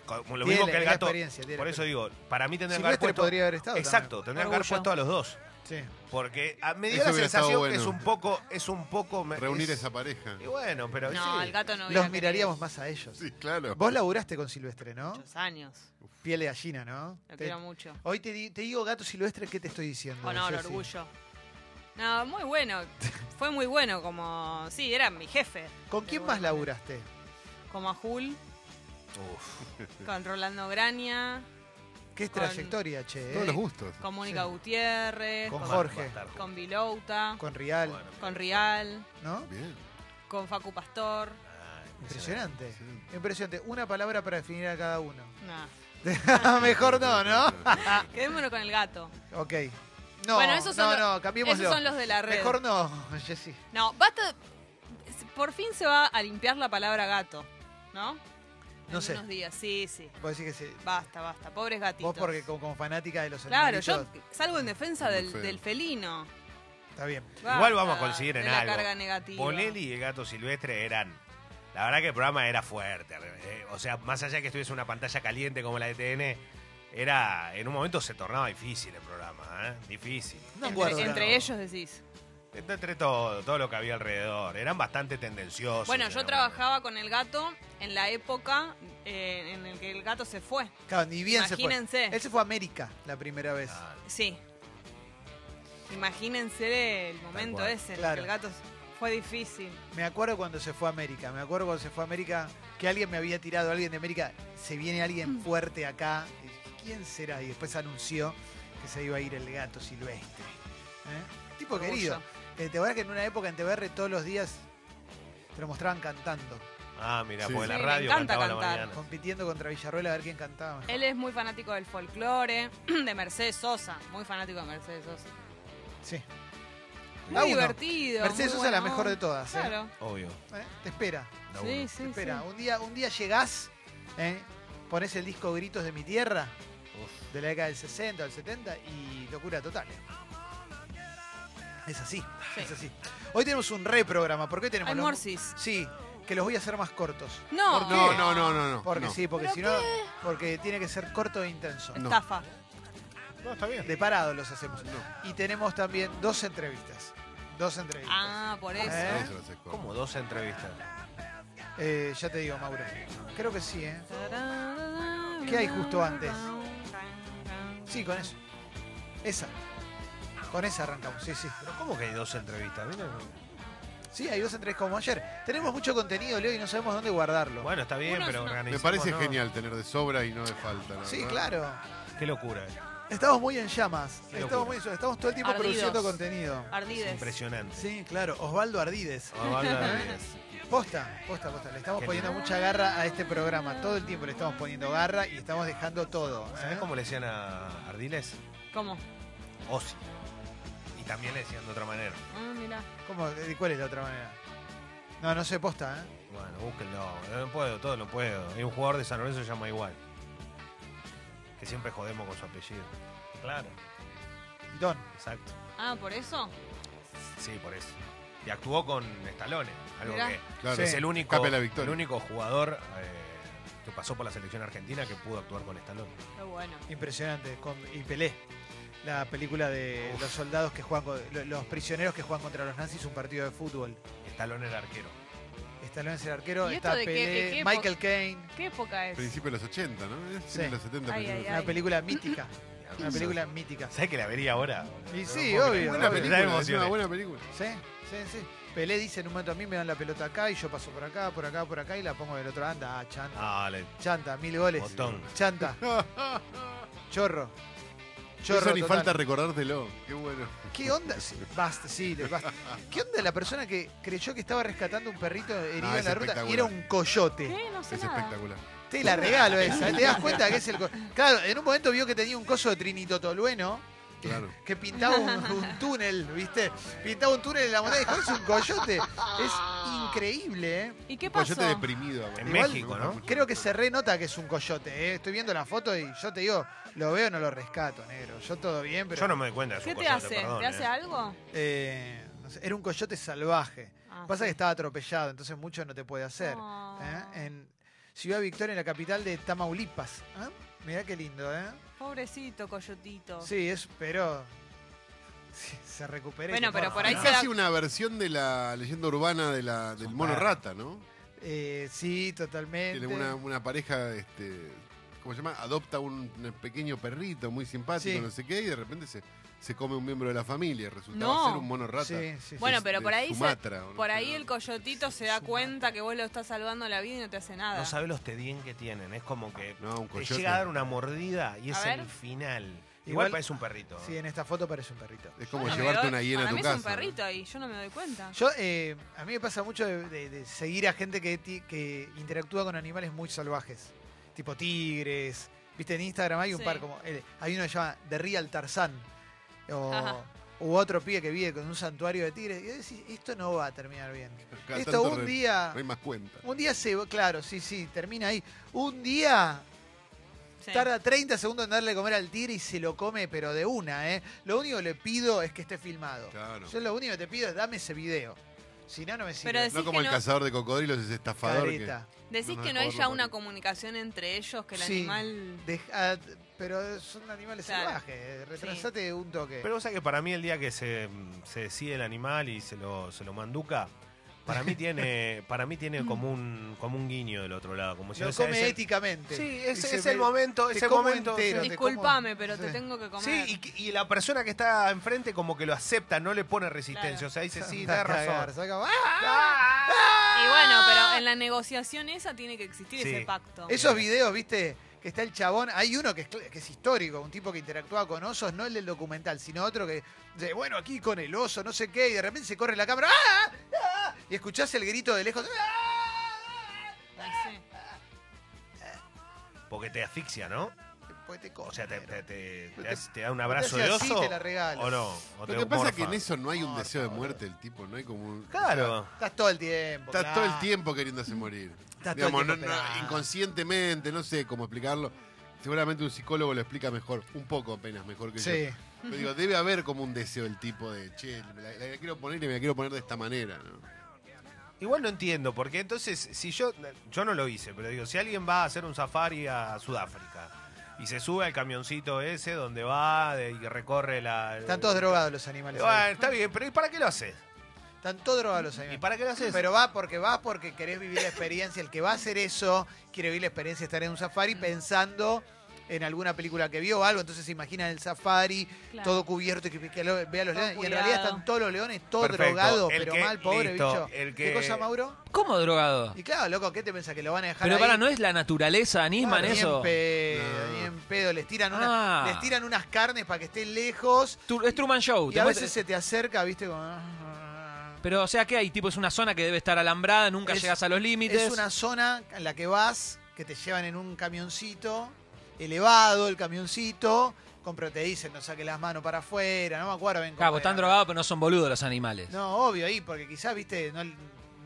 Speaker 3: Como lo
Speaker 1: Tiene
Speaker 3: mismo
Speaker 1: la-
Speaker 3: que el
Speaker 1: la
Speaker 3: gato.
Speaker 1: experiencia, tiene la
Speaker 3: Por eso
Speaker 1: experiencia.
Speaker 3: digo, para mí tendría que haber
Speaker 1: Silvestre
Speaker 3: puesto.
Speaker 1: podría haber estado.
Speaker 3: Exacto, tendría que haber
Speaker 2: Orgullo.
Speaker 3: puesto a los dos.
Speaker 1: también. Sí.
Speaker 3: Porque a, me dio
Speaker 5: Eso
Speaker 3: la
Speaker 5: hubiera estado
Speaker 3: sensación que
Speaker 5: bueno.
Speaker 3: es un poco, es un poco me-
Speaker 5: Reunir
Speaker 3: es-
Speaker 5: esa pareja.
Speaker 3: Y bueno, pero
Speaker 2: No,
Speaker 3: sí.
Speaker 2: el gato no hubiera
Speaker 1: Los miraríamos
Speaker 2: querido.
Speaker 1: más a ellos.
Speaker 5: Sí, claro.
Speaker 1: Vos laburaste con Silvestre, ¿no?
Speaker 2: Muchos años.
Speaker 1: Piel de gallina, ¿no?
Speaker 2: Lo
Speaker 1: Te-
Speaker 2: quiero mucho.
Speaker 1: hoy te, di- te digo gato silvestre, ¿qué te estoy diciendo?
Speaker 2: Honor,
Speaker 1: Ceci?
Speaker 2: orgullo. No, muy bueno. Fue muy bueno como... Sí, era mi jefe.
Speaker 1: ¿Con
Speaker 2: De
Speaker 1: quién
Speaker 2: alguna
Speaker 1: más
Speaker 2: manera.
Speaker 1: laburaste?
Speaker 2: Como a Jul,
Speaker 3: Uf,
Speaker 2: con Rolando Graña,
Speaker 1: ¿Qué es
Speaker 2: Con-
Speaker 1: trayectoria, che?
Speaker 5: Todos
Speaker 1: eh?
Speaker 5: los gustos.
Speaker 2: con Mónica
Speaker 1: Sí.
Speaker 2: Gutiérrez,
Speaker 1: Con
Speaker 2: con,
Speaker 1: Jorge.
Speaker 3: bastardo.
Speaker 2: con Vilouta,
Speaker 1: Con Rial,
Speaker 3: Bueno,
Speaker 2: con Rial,
Speaker 1: ¿no?
Speaker 5: Bien.
Speaker 2: con Facu Pastor.
Speaker 3: ah,
Speaker 1: Impresionante.
Speaker 5: sí.
Speaker 1: Impresionante. Una palabra para definir a cada uno.
Speaker 2: Nah.
Speaker 1: Mejor no, ¿no?
Speaker 2: Ah, Quedémonos con el gato.
Speaker 1: ok. No,
Speaker 2: Bueno, esos
Speaker 1: no,
Speaker 2: son los-
Speaker 1: no, cambiémoslo.
Speaker 2: Esos son los de la red.
Speaker 1: Mejor no, Jessy.
Speaker 2: No, basta. Por fin se va a limpiar la palabra gato, ¿no?
Speaker 1: No
Speaker 2: en
Speaker 1: sé.
Speaker 2: Unos días, sí, sí.
Speaker 1: Vos decís que sí.
Speaker 2: Basta, basta. Pobres gatitos.
Speaker 1: Vos porque como, como fanática de los
Speaker 2: Claro, yo
Speaker 1: animalitos,
Speaker 2: salgo en defensa
Speaker 5: Muy
Speaker 2: del,
Speaker 5: feo.
Speaker 2: del felino.
Speaker 1: Está bien.
Speaker 3: Igual
Speaker 2: Basta
Speaker 3: vamos a conseguir
Speaker 2: de
Speaker 3: en
Speaker 2: la
Speaker 3: algo.
Speaker 2: carga negativa.
Speaker 3: Bonelli y el gato silvestre eran. La verdad que el programa era fuerte. eh, o sea, más allá de que estuviese una pantalla caliente como la de TN, era. En un momento se tornaba difícil el programa, ¿eh? Difícil.
Speaker 1: No me acuerdo.
Speaker 2: entre, entre ellos decís.
Speaker 3: Entre, entre todo, todo lo que había alrededor. Eran bastante tendenciosos.
Speaker 2: Bueno,
Speaker 3: en
Speaker 2: yo
Speaker 3: algún
Speaker 2: trabajaba con el gato en la época eh, en el que el gato se fue.
Speaker 1: Claro, ni bien se
Speaker 2: Imagínense.
Speaker 1: fue. Él se fue a América la primera vez.
Speaker 3: momento. Ah,
Speaker 2: Sí. Imagínense el momento
Speaker 3: cual.
Speaker 2: ese en el
Speaker 1: Claro.
Speaker 2: que el gato se- fue difícil.
Speaker 1: Me acuerdo cuando se fue a América. Me acuerdo cuando se fue a América que alguien me había tirado, alguien de América, se viene alguien fuerte acá. Y dije, ¿Quién será? Y después anunció que se iba a ir el gato silvestre. ¿Eh? Tipo
Speaker 2: Orgullo.
Speaker 1: querido. Eh, te acuerdas que en una época en TBR todos los días te lo mostraban cantando,
Speaker 3: Ah, mira,
Speaker 5: Sí.
Speaker 3: porque la
Speaker 2: Sí, me
Speaker 3: radio
Speaker 2: encanta
Speaker 3: cantaba a la
Speaker 2: cantar.
Speaker 3: mañana.
Speaker 1: compitiendo contra Villarruel a ver quién cantaba mejor.
Speaker 2: Él es muy fanático del folclore, de Mercedes Sosa, muy fanático de Mercedes Sosa.
Speaker 1: Sí.
Speaker 2: Muy
Speaker 1: Va uno.
Speaker 2: divertido.
Speaker 1: Ah, Mercedes
Speaker 2: muy
Speaker 1: Sosa es la
Speaker 2: buena
Speaker 1: mejor de
Speaker 2: onda.
Speaker 1: todas. ¿eh?
Speaker 2: Claro.
Speaker 3: Obvio.
Speaker 1: ¿Eh? Te espera.
Speaker 3: da
Speaker 2: Sí,
Speaker 3: Oh, uno.
Speaker 2: sí, sí.
Speaker 1: espera. Un día, un día llegás, ¿eh? pones el disco Gritos de mi tierra, de la década del 60 al 70 y locura total. Es así,
Speaker 2: Sí.
Speaker 1: es así. Hoy tenemos un reprograma, porque hoy tenemos
Speaker 2: Hay
Speaker 1: los-
Speaker 2: morsis.
Speaker 1: Sí, que los voy a hacer más cortos.
Speaker 2: No.
Speaker 5: No, no, no, no. no.
Speaker 1: Porque
Speaker 5: no.
Speaker 1: sí, porque si no, porque tiene que ser corto e intenso.
Speaker 5: No.
Speaker 2: Estafa.
Speaker 3: No, está bien.
Speaker 1: De parado los hacemos.
Speaker 5: No.
Speaker 1: Y tenemos también dos entrevistas. Dos entrevistas.
Speaker 2: Ah, por eso.
Speaker 1: ¿Eh?
Speaker 5: Eso lo haces corto.
Speaker 3: Como dos entrevistas.
Speaker 1: Eh, ya te digo, Mauro. Creo que sí, ¿eh? ¿Qué hay justo antes? Sí, con eso. Esa. Con esa arrancamos, sí, sí.
Speaker 3: Pero ¿cómo que hay dos entrevistas? Mira,
Speaker 1: Sí, hay dos en tres como ayer. Tenemos mucho contenido, Leo, y no sabemos dónde guardarlo.
Speaker 3: Bueno, está bien,
Speaker 2: Uno es
Speaker 3: pero
Speaker 2: una-
Speaker 5: Me
Speaker 3: organizamos,
Speaker 5: parece
Speaker 3: ¿no?
Speaker 5: genial tener de sobra y no de falta. la
Speaker 1: sí,
Speaker 5: verdad.
Speaker 1: claro.
Speaker 3: Qué locura. eh.
Speaker 1: Estamos muy en llamas.
Speaker 3: Qué locura.
Speaker 1: Estamos, muy, en llamas. estamos todo el tiempo
Speaker 2: Ardidos.
Speaker 1: produciendo contenido.
Speaker 2: Ardides.
Speaker 3: Impresionante.
Speaker 1: Sí, claro. Osvaldo Ardides.
Speaker 3: Osvaldo Ardides.
Speaker 1: Posta, posta, posta. Le estamos
Speaker 3: Qué
Speaker 1: poniendo
Speaker 3: lindo.
Speaker 1: mucha garra a este programa. Todo el tiempo le estamos poniendo garra y estamos dejando todo. ¿eh?
Speaker 3: ¿Sabés cómo le decían a Ardiles?
Speaker 2: ¿Cómo?
Speaker 3: Ozzy. Y también le decían de otra manera.
Speaker 2: Ah, mirá.
Speaker 1: ¿Cómo? ¿De ¿Cuál es la otra manera? No, no sé, posta, ¿eh?
Speaker 3: Bueno, búsquenlo. No puedo, todo lo puedo. Hay un jugador de San Lorenzo que se llama igual. Que siempre jodemos con su apellido. Claro.
Speaker 1: Don.
Speaker 3: Exacto.
Speaker 2: Ah, ¿por eso?
Speaker 3: Sí, por eso. Y actuó con Stallone. Algo
Speaker 2: Mirá.
Speaker 3: que
Speaker 5: Claro.
Speaker 1: Sí.
Speaker 3: es el único,
Speaker 5: Escape la victoria.
Speaker 3: el único jugador eh, que pasó por la selección argentina que pudo actuar con Stallone.
Speaker 2: Qué bueno.
Speaker 1: Impresionante. Con, y Pelé. La película de los soldados que juegan, con- lo- los prisioneros que juegan contra los nazis un partido de fútbol.
Speaker 3: Stallone era arquero.
Speaker 1: Stallone es el arquero,
Speaker 2: ¿Y esto
Speaker 1: está
Speaker 2: de qué-
Speaker 1: Pelé,
Speaker 2: de qué
Speaker 1: Michael Caine.
Speaker 2: ¿Qué época es?
Speaker 5: Principio de los 80, ¿no? Eh,
Speaker 1: Sí.
Speaker 5: de los 70.
Speaker 2: Ay,
Speaker 5: principio de los
Speaker 2: ay, ay.
Speaker 1: Una película mítica. Una película mítica.
Speaker 3: ¿Sabes que la vería ahora?
Speaker 1: Y
Speaker 3: No
Speaker 1: sí,
Speaker 3: puedo
Speaker 1: obvio,
Speaker 3: creer.
Speaker 1: Buena
Speaker 5: Buena
Speaker 1: obvio.
Speaker 3: Me da
Speaker 5: película, es una
Speaker 3: emociones.
Speaker 5: buena película.
Speaker 1: Sí, sí, sí. Pelé dice en un momento a mí me dan la pelota acá y yo paso por acá, por acá, por acá y la pongo del otro. Anda, ah, chanta.
Speaker 3: Dale,
Speaker 1: Chanta, mil goles.
Speaker 3: botón.
Speaker 1: Chanta. Chorro. Chorro.
Speaker 5: Eso ni
Speaker 1: total.
Speaker 5: falta recordártelo. Qué bueno.
Speaker 1: ¿Qué onda? Sí, Basta, sí, le- basta. ¿Qué onda la persona que creyó que estaba rescatando un perrito herido
Speaker 5: Ah, es
Speaker 1: en la ruta y
Speaker 5: espectacular.
Speaker 1: era un coyote?
Speaker 2: ¿Qué? No sé
Speaker 5: Es
Speaker 2: nada.
Speaker 5: espectacular.
Speaker 1: Te la regalo esa. ¿Te das cuenta que es el co- Claro, en un momento vio que tenía un coso de trinitotolueno. que-
Speaker 5: Claro.
Speaker 1: Que pintaba un, un túnel, ¿viste? Pintaba un túnel en la montaña y dijo, es un coyote. Es increíble, ¿eh?
Speaker 2: ¿Y qué
Speaker 5: Un
Speaker 3: Pues
Speaker 5: coyote
Speaker 2: pasó?
Speaker 5: deprimido. aparte.
Speaker 3: En
Speaker 1: Igual,
Speaker 3: México,
Speaker 5: me gusta
Speaker 3: ¿no?
Speaker 5: mucho.
Speaker 1: Creo que se renota que es un coyote, ¿eh? Estoy viendo la foto y yo te digo, lo veo, no lo rescato, negro. Yo todo bien, pero...
Speaker 3: Yo no me doy cuenta de su
Speaker 2: ¿Qué te
Speaker 3: coyote,
Speaker 2: hace?
Speaker 3: perdón,
Speaker 2: ¿Te hace
Speaker 3: eh.
Speaker 2: algo?
Speaker 1: eh, no sé, era un coyote salvaje.
Speaker 2: Ah,
Speaker 1: Pasa que
Speaker 2: sí. Ah.
Speaker 1: estaba atropellado, entonces mucho no te puede hacer.
Speaker 2: No.
Speaker 1: ¿eh? En Ciudad Victoria, en la capital de Tamaulipas. ¿eh? Mirá qué lindo, ¿eh?
Speaker 2: Pobrecito coyotito.
Speaker 1: Sí, es, pero... sí, se recupera. y
Speaker 2: Bueno,
Speaker 1: te
Speaker 2: pero
Speaker 1: pasa.
Speaker 2: por ahí
Speaker 5: Es
Speaker 2: se da-
Speaker 5: casi una versión de la leyenda urbana de la, del
Speaker 3: Son
Speaker 5: mono
Speaker 3: perros.
Speaker 5: rata, ¿no?
Speaker 1: Eh, sí, totalmente.
Speaker 5: Tiene una, una pareja, este, ¿cómo se llama? Adopta un un pequeño perrito muy simpático,
Speaker 1: Sí.
Speaker 5: no sé qué, y de repente se, se come un miembro de la familia. Resultaba
Speaker 2: No.
Speaker 5: ser un mono rata.
Speaker 1: Sí, sí, sí.
Speaker 2: Bueno,
Speaker 5: de-
Speaker 2: pero
Speaker 5: de
Speaker 2: por ahí se-
Speaker 5: Sumatra, ¿o no?
Speaker 2: Por ahí el coyotito se da
Speaker 1: Sumatra.
Speaker 2: cuenta que vos lo estás salvando la vida y no te hace nada.
Speaker 3: No sabes los tedien que tienen. Es como que
Speaker 5: No, un
Speaker 3: te
Speaker 1: pues
Speaker 5: coyote.
Speaker 3: llega a dar una mordida y
Speaker 2: A
Speaker 3: es
Speaker 2: ver.
Speaker 3: el final. Igual,
Speaker 1: Igual-
Speaker 3: parece un perrito. ¿eh?
Speaker 1: Sí, en esta foto parece un perrito.
Speaker 5: Es como
Speaker 2: Yo no me
Speaker 5: llevarte
Speaker 2: doy-
Speaker 5: una hiena
Speaker 2: para
Speaker 5: a tu
Speaker 2: mí
Speaker 5: casa.
Speaker 2: es un perrito ahí, yo no me doy cuenta.
Speaker 1: Yo, eh, a mí me pasa mucho de, de- de seguir a gente que, ti- que interactúa con animales muy salvajes, tipo tigres. Viste, en Instagram hay un
Speaker 2: Sí.
Speaker 1: par como. eh, hay uno que se llama The Real Tarzán. O,
Speaker 2: Ajá.
Speaker 1: u otro pibe que vive con un santuario de tigres. Y vos decís, esto no va a terminar bien.
Speaker 5: Cada
Speaker 1: esto
Speaker 5: tanto
Speaker 1: un
Speaker 5: re-
Speaker 1: día.
Speaker 5: No hay más cuenta.
Speaker 1: Un día se. Claro, sí, sí, termina ahí. Un día
Speaker 2: Sí.
Speaker 1: Tarda 30 segundos en darle de comer al tigre y se lo come, pero de una, ¿eh? Lo único que le pido es que esté filmado.
Speaker 5: Claro.
Speaker 1: Yo lo único que te pido es dame ese video. Si no, no me sirve.
Speaker 2: Pero es
Speaker 5: No
Speaker 2: Decís
Speaker 5: como
Speaker 2: que
Speaker 5: el
Speaker 2: no-
Speaker 5: cazador de cocodrilos, ese estafador que...
Speaker 1: Careta.
Speaker 2: Decís
Speaker 5: No, no,
Speaker 2: que
Speaker 5: por
Speaker 2: no hay
Speaker 5: favor,
Speaker 2: ya
Speaker 5: no,
Speaker 2: una
Speaker 5: porque-
Speaker 2: comunicación entre ellos, que el
Speaker 1: Sí.
Speaker 2: animal...
Speaker 1: Deja- pero son animales
Speaker 2: Claro.
Speaker 1: salvajes. eh, Retrasate un toque.
Speaker 3: Pero o sea que para mí el día que se, se decide el animal y se lo, se lo manduca, para mí tiene, para mí tiene como un, como un guiño del otro lado. Como si
Speaker 1: lo
Speaker 3: o sea,
Speaker 1: come
Speaker 3: es el-
Speaker 1: éticamente.
Speaker 3: Sí, es,
Speaker 1: Dice,
Speaker 3: es el
Speaker 1: "Me-
Speaker 3: momento,
Speaker 1: te
Speaker 3: es el
Speaker 1: como
Speaker 3: momento.
Speaker 1: entero". te
Speaker 2: Disculpame,
Speaker 1: como-
Speaker 2: pero te
Speaker 1: sí.
Speaker 2: tengo que comer.
Speaker 3: Sí, y, y la persona que está enfrente como que lo acepta, no le pone
Speaker 2: Claro.
Speaker 3: resistencia. O sea, dice, sí,
Speaker 1: Anda
Speaker 3: da
Speaker 1: a cagar,
Speaker 3: razón.
Speaker 1: saca- ¡Ah!
Speaker 2: Y bueno, pero en la negociación esa tiene que existir
Speaker 3: Sí.
Speaker 2: ese pacto.
Speaker 1: Esos videos, viste, que está el chabón. Hay uno que es, cl- que es histórico, un tipo que interactuaba con osos, no el del documental, sino otro que dice, bueno, aquí con el oso, no sé qué, y de repente se corre la cámara. ¡ah! ¡ah! Y escuchás el grito de lejos. ¡ah!
Speaker 2: Ay, sí.
Speaker 3: Porque te asfixia, ¿no?
Speaker 1: Pues te
Speaker 3: O
Speaker 1: come,
Speaker 3: sea, te,
Speaker 1: negro.
Speaker 3: te, te-
Speaker 1: Pero
Speaker 3: te
Speaker 1: te-
Speaker 3: hace- te da un
Speaker 1: Te
Speaker 3: abrazo
Speaker 1: hace
Speaker 3: de
Speaker 1: así,
Speaker 3: oso.
Speaker 1: te la regalo.
Speaker 3: ¿O no? ¿O te
Speaker 5: Lo que pasa es
Speaker 3: morfa?
Speaker 5: que en eso no hay un
Speaker 1: Morfa,
Speaker 5: deseo de
Speaker 1: boludo.
Speaker 5: muerte del tipo, no hay como un...
Speaker 3: Claro.
Speaker 1: Estás todo el tiempo.
Speaker 5: Está
Speaker 1: claro.
Speaker 5: todo el tiempo queriéndose morir.
Speaker 1: Está todo
Speaker 5: Digamos,
Speaker 1: el tiempo
Speaker 5: no- no-
Speaker 1: esperando.
Speaker 5: inconscientemente, no sé cómo explicarlo. Seguramente un psicólogo lo explica mejor, un poco apenas mejor que
Speaker 1: Sí.
Speaker 5: yo. Pero digo, debe haber como un deseo del tipo de, che, me la, la quiero poner y me la quiero poner de esta manera, ¿no?
Speaker 3: Igual no entiendo, porque entonces, si yo, yo no lo hice, pero digo, si alguien va a hacer un safari a Sudáfrica y se sube al camioncito ese donde va de- y recorre la...
Speaker 1: Están todos drogados los animales.
Speaker 3: Bueno,
Speaker 1: ahí.
Speaker 3: está bien, pero ¿y para qué lo haces?
Speaker 1: Están todos drogados los
Speaker 3: ¿Y
Speaker 1: Ayman.
Speaker 3: para qué lo haces?
Speaker 1: Pero va porque vas porque querés vivir la experiencia. El que va a hacer eso quiere vivir la experiencia de estar en un safari pensando en alguna película que vio o algo. Entonces se imagina el safari,
Speaker 2: Claro.
Speaker 1: todo cubierto, que, que lo- vea los
Speaker 2: Todo
Speaker 1: leones. Y en
Speaker 2: cuidado.
Speaker 1: realidad están todos los leones, todos
Speaker 3: Perfecto.
Speaker 1: drogados,
Speaker 3: El
Speaker 1: pero
Speaker 3: que-
Speaker 1: mal, pobre
Speaker 3: listo,
Speaker 1: bicho.
Speaker 3: el
Speaker 1: ¿Qué
Speaker 3: que-
Speaker 1: cosa, Mauro?
Speaker 4: ¿Cómo drogado?
Speaker 1: Y claro, loco, ¿qué te pensás? ¿Que lo van a dejar
Speaker 4: Pero
Speaker 1: ahí?
Speaker 4: para, ¿no es la naturaleza Nisman
Speaker 1: Claro,
Speaker 4: eso?
Speaker 1: Ni en pedo,
Speaker 5: No.
Speaker 1: ni en pedo. Les tiran, unas-
Speaker 4: Ah.
Speaker 1: les tiran unas carnes para que estén lejos.
Speaker 4: Tu- es Truman Show.
Speaker 1: Y
Speaker 4: te
Speaker 1: a
Speaker 4: muestra-
Speaker 1: veces se te acerca, viste, como...
Speaker 4: Pero, o sea, ¿qué hay? Tipo, es una zona que debe estar alambrada, nunca
Speaker 1: Es-
Speaker 4: llegas a los límites.
Speaker 1: Es una zona en la que vas, que te llevan en un camioncito, elevado el camioncito, con, pero te dicen, no saques las manos para afuera, no me acuerdo bien
Speaker 4: Claro,
Speaker 1: cómo
Speaker 4: porque están
Speaker 1: era.
Speaker 4: drogados, pero no son boludos los animales.
Speaker 1: No, obvio, ahí, porque quizás, viste, no...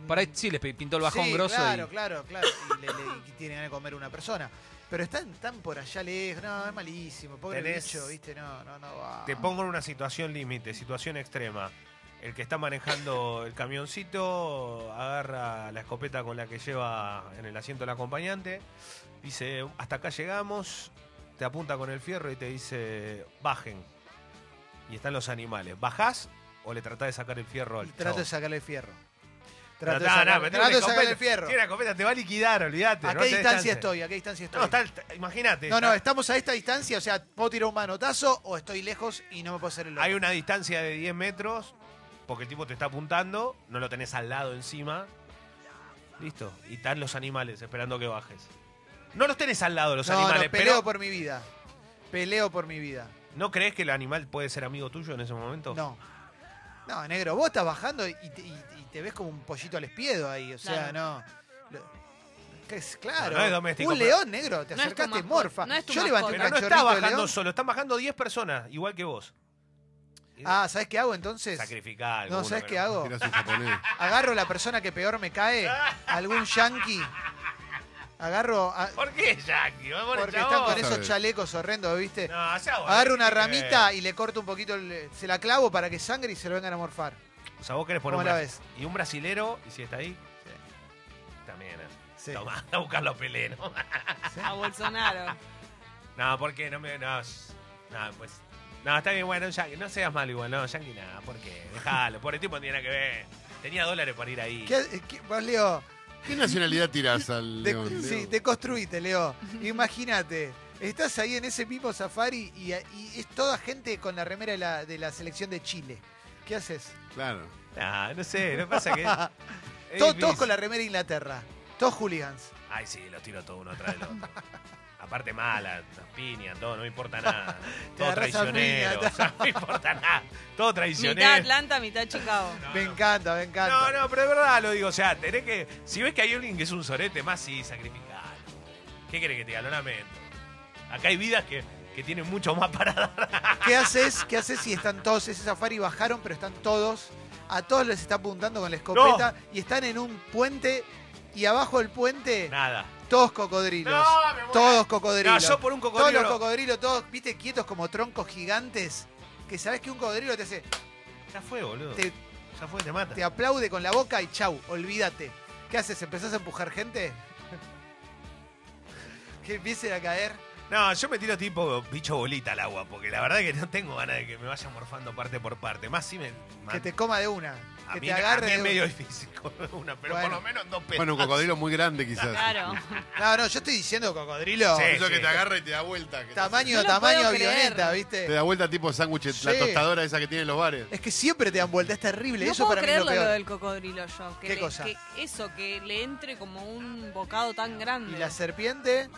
Speaker 4: Por ahí sí les pi- pintó el bajón
Speaker 1: Sí,
Speaker 4: grosso. y-
Speaker 1: claro, claro, claro, y le, le- y tienen ganas de comer una persona. Pero están tan por allá lejos, no, es malísimo, pobre
Speaker 3: Tenés-
Speaker 1: bicho, viste, no, no, no va.
Speaker 3: Te pongo en una situación límite, situación extrema. El que está manejando el camioncito agarra la escopeta con la que lleva en el asiento el acompañante, dice, hasta acá llegamos, te apunta con el fierro y te dice, bajen. Y están los animales. ¿Bajás o le tratás de sacar el fierro
Speaker 1: Y
Speaker 3: al
Speaker 1: trato de
Speaker 3: chabón?
Speaker 1: sacarle el fierro. Trato
Speaker 3: Tratá,
Speaker 1: de
Speaker 3: nah,
Speaker 1: sacarle,
Speaker 3: pero tiene
Speaker 1: trato
Speaker 3: una
Speaker 1: de sacarle el
Speaker 3: escopeta,
Speaker 1: fierro.
Speaker 3: Tiene una escopeta, te va a liquidar, olvídate.
Speaker 1: ¿A
Speaker 3: no
Speaker 1: qué
Speaker 3: te des chance.
Speaker 1: distancia estoy? ¿A qué distancia estoy?
Speaker 3: No, está- está- imagínate.
Speaker 1: No, no,
Speaker 3: está-
Speaker 1: estamos a esta distancia, o sea, puedo tirar un manotazo o estoy lejos y no me puedo hacer el loco.
Speaker 3: Hay una distancia de 10 metros, porque el tipo te está apuntando, no lo tenés al lado encima. Listo. Y están los animales esperando que bajes. No los tenés al lado los
Speaker 1: No, no,
Speaker 3: animales,
Speaker 1: peleo
Speaker 3: pero
Speaker 1: por mi vida. Peleo por mi vida.
Speaker 3: ¿no crees que el animal puede ser amigo tuyo en ese momento?
Speaker 1: No. No, negro, vos estás bajando y te, y- y te ves como un pollito al espiedo ahí, o sea, no. Lo- que es- claro,
Speaker 3: No, no es doméstico,
Speaker 1: un
Speaker 3: pero-
Speaker 1: león negro, te
Speaker 2: No es tu
Speaker 1: acercaste,
Speaker 2: mascota,
Speaker 1: morfa.
Speaker 2: no es tu
Speaker 1: Yo levanté un
Speaker 3: Pero no
Speaker 1: cachorrito
Speaker 3: está
Speaker 1: de
Speaker 3: bajando
Speaker 1: león.
Speaker 3: solo, están bajando 10 personas, igual que vos.
Speaker 1: Ah, ¿sabes qué hago entonces?
Speaker 3: Sacrificá a
Speaker 1: No,
Speaker 3: alguno,
Speaker 1: ¿sabes
Speaker 3: pero-
Speaker 1: qué hago?
Speaker 5: Era su japonés.
Speaker 1: Agarro la persona que peor me cae, algún yankee. Agarro, a-
Speaker 3: ¿Por qué, Jackie? Vamos,
Speaker 1: porque
Speaker 3: chabón.
Speaker 1: están con
Speaker 5: eso.
Speaker 1: esos chalecos horrendos, ¿viste?
Speaker 3: No, ya vos,
Speaker 1: Agarro una
Speaker 3: ¿qué
Speaker 1: ramita y le corto un poquito, el- se la clavo para que sangre y se lo vengan a morfar.
Speaker 3: querés? O sea, vos querés poner
Speaker 1: ¿Cómo
Speaker 3: un
Speaker 1: la
Speaker 3: bras- Y un brasilero, y si está ahí,
Speaker 1: Sí.
Speaker 3: también. eh.
Speaker 1: Sí.
Speaker 3: Tomá, anda a buscar los pelenos.
Speaker 2: A Bolsonaro.
Speaker 3: No, porque no me. No, s- no, pues. No, está bien, bueno, Yankee, no seas malo igual, no, Yankee nada, porque déjalo, por el tipo no tiene nada que ver. Tenía dólares para ir ahí.
Speaker 1: ¿Qué- eh, qué- vos, Leo,
Speaker 5: ¿Qué nacionalidad tirás al
Speaker 1: de-
Speaker 5: león?
Speaker 1: sí,
Speaker 5: Leo?
Speaker 1: te construiste, Leo. Imagínate, estás ahí en ese mismo safari y, y es toda gente con la remera de la, de la selección de Chile. ¿Qué haces?
Speaker 5: Claro.
Speaker 3: No, no sé, no pasa que. es
Speaker 1: Todos,
Speaker 3: difícil.
Speaker 1: todos con la remera de Inglaterra. Todos hooligans.
Speaker 3: Ay, sí, los tiro todos uno atrás del otro. Aparte mala, las piñas, todo, no me importa nada. Todo
Speaker 1: agarras a
Speaker 3: traicionero,
Speaker 1: piña,
Speaker 3: o sea, no me importa nada. Todo
Speaker 2: Mitad
Speaker 3: traicionero.
Speaker 2: Atlanta, mitad Chicago.
Speaker 1: me encanta, me encanta.
Speaker 3: No, no, pero de verdad lo digo. O sea, tenés que. Si ves que hay alguien que es un sorete más, sí, sacrificar. ¿Qué querés que te diga? Lo lamento. Acá hay vidas que, que tienen mucho más para dar.
Speaker 1: ¿Qué haces? ¿Qué haces si están todos? Ese safari bajaron, pero están todos. A todos les está apuntando con la escopeta y están en un puente y abajo del puente
Speaker 3: Nada.
Speaker 1: todos cocodrilos.
Speaker 3: No, me muero.
Speaker 1: todos cocodrilos.
Speaker 3: No, yo por un
Speaker 1: todos
Speaker 3: cocodrilo.
Speaker 1: los
Speaker 3: no.
Speaker 1: cocodrilos, todos, viste, quietos como troncos gigantes. Que sabes que un cocodrilo te hace,
Speaker 3: Ya fue, boludo.
Speaker 1: te,
Speaker 3: Ya fue, te mata.
Speaker 1: te aplaude con la boca y chau, olvídate. ¿Qué haces? ¿Empezás a empujar gente? que empiecen a caer.
Speaker 3: No, yo me tiro tipo bicho bolita al agua, porque la verdad que no tengo ganas de que me vayan morfando parte por parte. Más si me.
Speaker 1: Que te coma de una.
Speaker 3: a
Speaker 1: Que
Speaker 3: mí,
Speaker 1: te
Speaker 3: a
Speaker 1: agarre
Speaker 3: mí
Speaker 1: de
Speaker 3: es
Speaker 1: una.
Speaker 3: medio difícil con una, pero por
Speaker 1: Bueno.
Speaker 3: lo menos en dos
Speaker 1: Pues,
Speaker 3: pedazos.
Speaker 5: Bueno, un
Speaker 1: ah,
Speaker 5: cocodrilo muy grande quizás.
Speaker 2: Claro.
Speaker 1: No, no, yo estoy diciendo cocodrilo.
Speaker 3: Sí.
Speaker 5: Eso que te agarra y te da vuelta. que te hace-
Speaker 1: Tamaño,
Speaker 2: No lo
Speaker 1: tamaño
Speaker 2: puedo creer.
Speaker 1: avioneta,
Speaker 5: Te
Speaker 1: ¿viste?
Speaker 5: da vuelta tipo sándwich, la
Speaker 1: Sí.
Speaker 5: tostadora esa que tiene en los bares.
Speaker 1: Es que siempre te dan vuelta, es terrible.
Speaker 2: No
Speaker 1: Eso para
Speaker 2: puedo
Speaker 1: mí es
Speaker 2: creerlo
Speaker 1: lo
Speaker 2: lo,
Speaker 1: peor.
Speaker 2: del cocodrilo yo. Que
Speaker 1: ¿Qué
Speaker 2: le-
Speaker 1: cosa?
Speaker 2: que eso, que le entre como un bocado tan grande.
Speaker 1: Y la serpiente,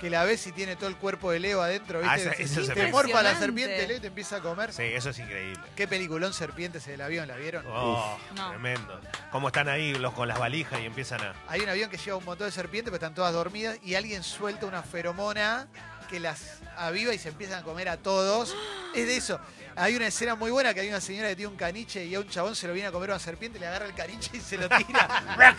Speaker 1: que la ves y tiene todo el cuerpo de Leo adentro,
Speaker 3: Ah,
Speaker 1: ¿viste?
Speaker 3: esa-
Speaker 1: Se-
Speaker 3: esa
Speaker 1: te
Speaker 3: serpiente.
Speaker 1: morfa la
Speaker 2: Impresionante.
Speaker 1: serpiente, Leo, y te empieza a comer.
Speaker 3: Sí, eso es increíble.
Speaker 1: Qué peliculón Serpientes del avión, ¿la vieron?
Speaker 3: Oh,
Speaker 2: No.
Speaker 3: tremendo. Cómo están ahí los con las valijas y empiezan a.
Speaker 1: Hay un avión que lleva un montón de serpientes, pero están todas dormidas, y alguien suelta una feromona que las aviva y se empiezan a comer a todos. Es de eso. Hay una escena muy buena que hay una señora que tiene un caniche y a un chabón se lo viene a comer una serpiente, le agarra el caniche y se lo tira.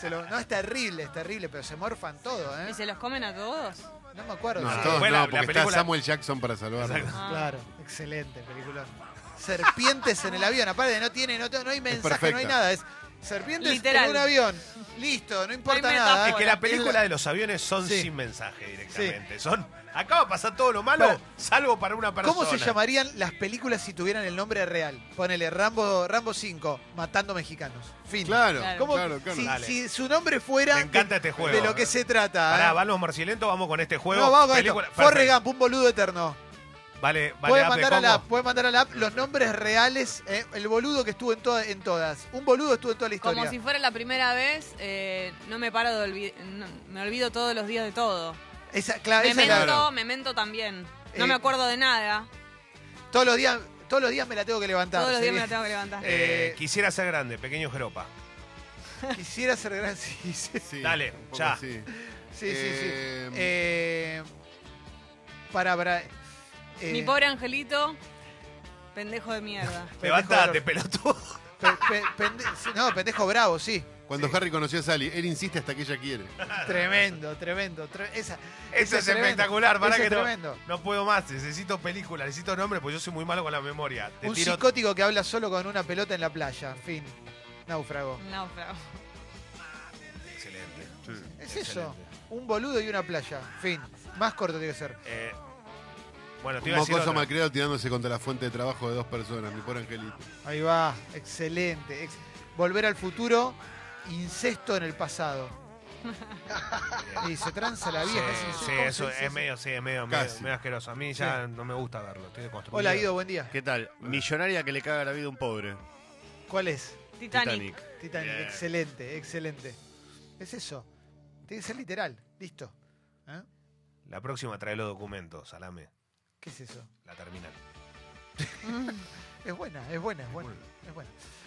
Speaker 1: Se lo- no, es terrible, es terrible, pero se morfan todo, ¿eh?
Speaker 2: ¿Y se los comen a todos?
Speaker 1: No me acuerdo.
Speaker 5: No,
Speaker 1: Sí.
Speaker 5: todos
Speaker 3: Bueno, la-
Speaker 5: no, porque
Speaker 3: la
Speaker 5: está
Speaker 3: película-
Speaker 5: Samuel Jackson para salvarlo.
Speaker 2: Ah.
Speaker 1: Claro, excelente película. Serpientes en el avión, aparte no tiene, no, no hay mensaje, no hay
Speaker 5: perfecta.
Speaker 1: nada. Es Serpientes
Speaker 2: Literal.
Speaker 1: en un avión. Listo, no importa
Speaker 2: Hay
Speaker 1: nada.
Speaker 2: metáfora.
Speaker 3: Es que la película
Speaker 1: Ah, Es
Speaker 3: de los aviones son
Speaker 1: Sí.
Speaker 3: sin mensaje directamente. Son. Acá va a pasar todo lo malo,
Speaker 1: Pero,
Speaker 3: salvo para una persona.
Speaker 1: ¿Cómo se llamarían las películas si tuvieran el nombre real? Ponele Rambo, Rambo 5, Matando Mexicanos. Fin.
Speaker 5: Claro,
Speaker 2: Claro.
Speaker 1: ¿Cómo-
Speaker 5: claro, claro.
Speaker 1: si,
Speaker 3: Dale.
Speaker 1: si su nombre fuera
Speaker 3: Me encanta
Speaker 1: de,
Speaker 3: este juego.
Speaker 1: de lo que se trata.
Speaker 3: Pará,
Speaker 1: ¿eh?
Speaker 3: van los marcilentos, vamos con este juego.
Speaker 1: no, vamos con esto.
Speaker 3: Película-
Speaker 1: Forrest
Speaker 3: perfecto.
Speaker 1: Gump, un boludo eterno.
Speaker 3: Vale, vale,
Speaker 1: Puede
Speaker 3: app de
Speaker 1: mandar a la app,
Speaker 3: Congo.
Speaker 1: puede mandar a la app los nombres reales. eh, el boludo que estuvo en, toda- en todas. Un boludo estuvo en toda la historia.
Speaker 2: Como si fuera la primera vez, eh, no me paro de olvidar. me olvido todos los días de todo.
Speaker 1: Esa- claro, Ah, esa es la-
Speaker 2: memento,
Speaker 5: Claro.
Speaker 2: memento también. No
Speaker 1: Eh,
Speaker 2: me acuerdo de nada.
Speaker 1: todos los días, todos los días me la tengo que levantar.
Speaker 2: Todos los días me
Speaker 1: sería-
Speaker 2: la tengo que levantar.
Speaker 3: Eh,
Speaker 1: Eh,
Speaker 3: quisiera ser grande, pequeño Jeropa.
Speaker 1: Quisiera ser gran. Sí, sí, sí,
Speaker 5: Sí,
Speaker 3: Dale,
Speaker 5: un poco
Speaker 3: ya.
Speaker 5: así.
Speaker 1: sí, sí.
Speaker 5: Eh,
Speaker 1: Eh, para, para. eh,
Speaker 2: Mi pobre angelito, pendejo de mierda.
Speaker 1: pendejo
Speaker 3: Levantate,
Speaker 1: bravo.
Speaker 3: pelotudo.
Speaker 1: Pe- pe- pende- sí, no, pendejo bravo, sí.
Speaker 5: Cuando Harry conoció a Sally, él insiste hasta que ella quiere.
Speaker 1: Tremendo, tremendo. tre- esa,
Speaker 3: Eso
Speaker 1: esa
Speaker 3: es
Speaker 1: tremendo,
Speaker 3: espectacular, para
Speaker 1: esa
Speaker 3: que
Speaker 1: es
Speaker 3: no,
Speaker 1: tremendo.
Speaker 3: no puedo más. Necesito película, necesito nombre, porque yo soy muy malo con la memoria. Te
Speaker 1: Un
Speaker 3: tiro-
Speaker 1: psicótico que habla solo con una pelota en la playa. En fin, náufrago.
Speaker 2: Náufrago.
Speaker 3: Excelente.
Speaker 1: Es
Speaker 3: Excelente.
Speaker 1: eso. Un boludo y una playa. En fin, más corto tiene que ser.
Speaker 3: Eh, bueno, te
Speaker 5: Un
Speaker 3: iba a decir.
Speaker 5: mocoso
Speaker 3: otra.
Speaker 5: malcriado tirándose contra la fuente de trabajo de dos personas, mi pobre angelito.
Speaker 1: Ahí va, excelente. Ex- Volver al futuro, incesto en el pasado. Y se tranza la
Speaker 3: Sí,
Speaker 1: vieja. es
Speaker 3: sí,
Speaker 1: incesto,
Speaker 3: eso
Speaker 1: sí, sí,
Speaker 3: es
Speaker 1: sí.
Speaker 3: medio, sí, es medio, medio,
Speaker 5: Casi.
Speaker 3: medio asqueroso. A mí ya no me gusta verlo, estoy deconstruido.
Speaker 1: Hola, Guido, buen día.
Speaker 6: ¿Qué tal? Millonaria que le caga la vida a un pobre.
Speaker 1: ¿Cuál es?
Speaker 2: Titanic.
Speaker 1: Titanic,
Speaker 6: Bien.
Speaker 1: excelente, excelente. Es eso. Tiene que ser literal, listo. ¿Eh?
Speaker 3: La próxima trae los documentos, salame.
Speaker 1: ¿Qué es eso?
Speaker 3: La terminal.
Speaker 1: Es buena, es buena, es buena. Es buena.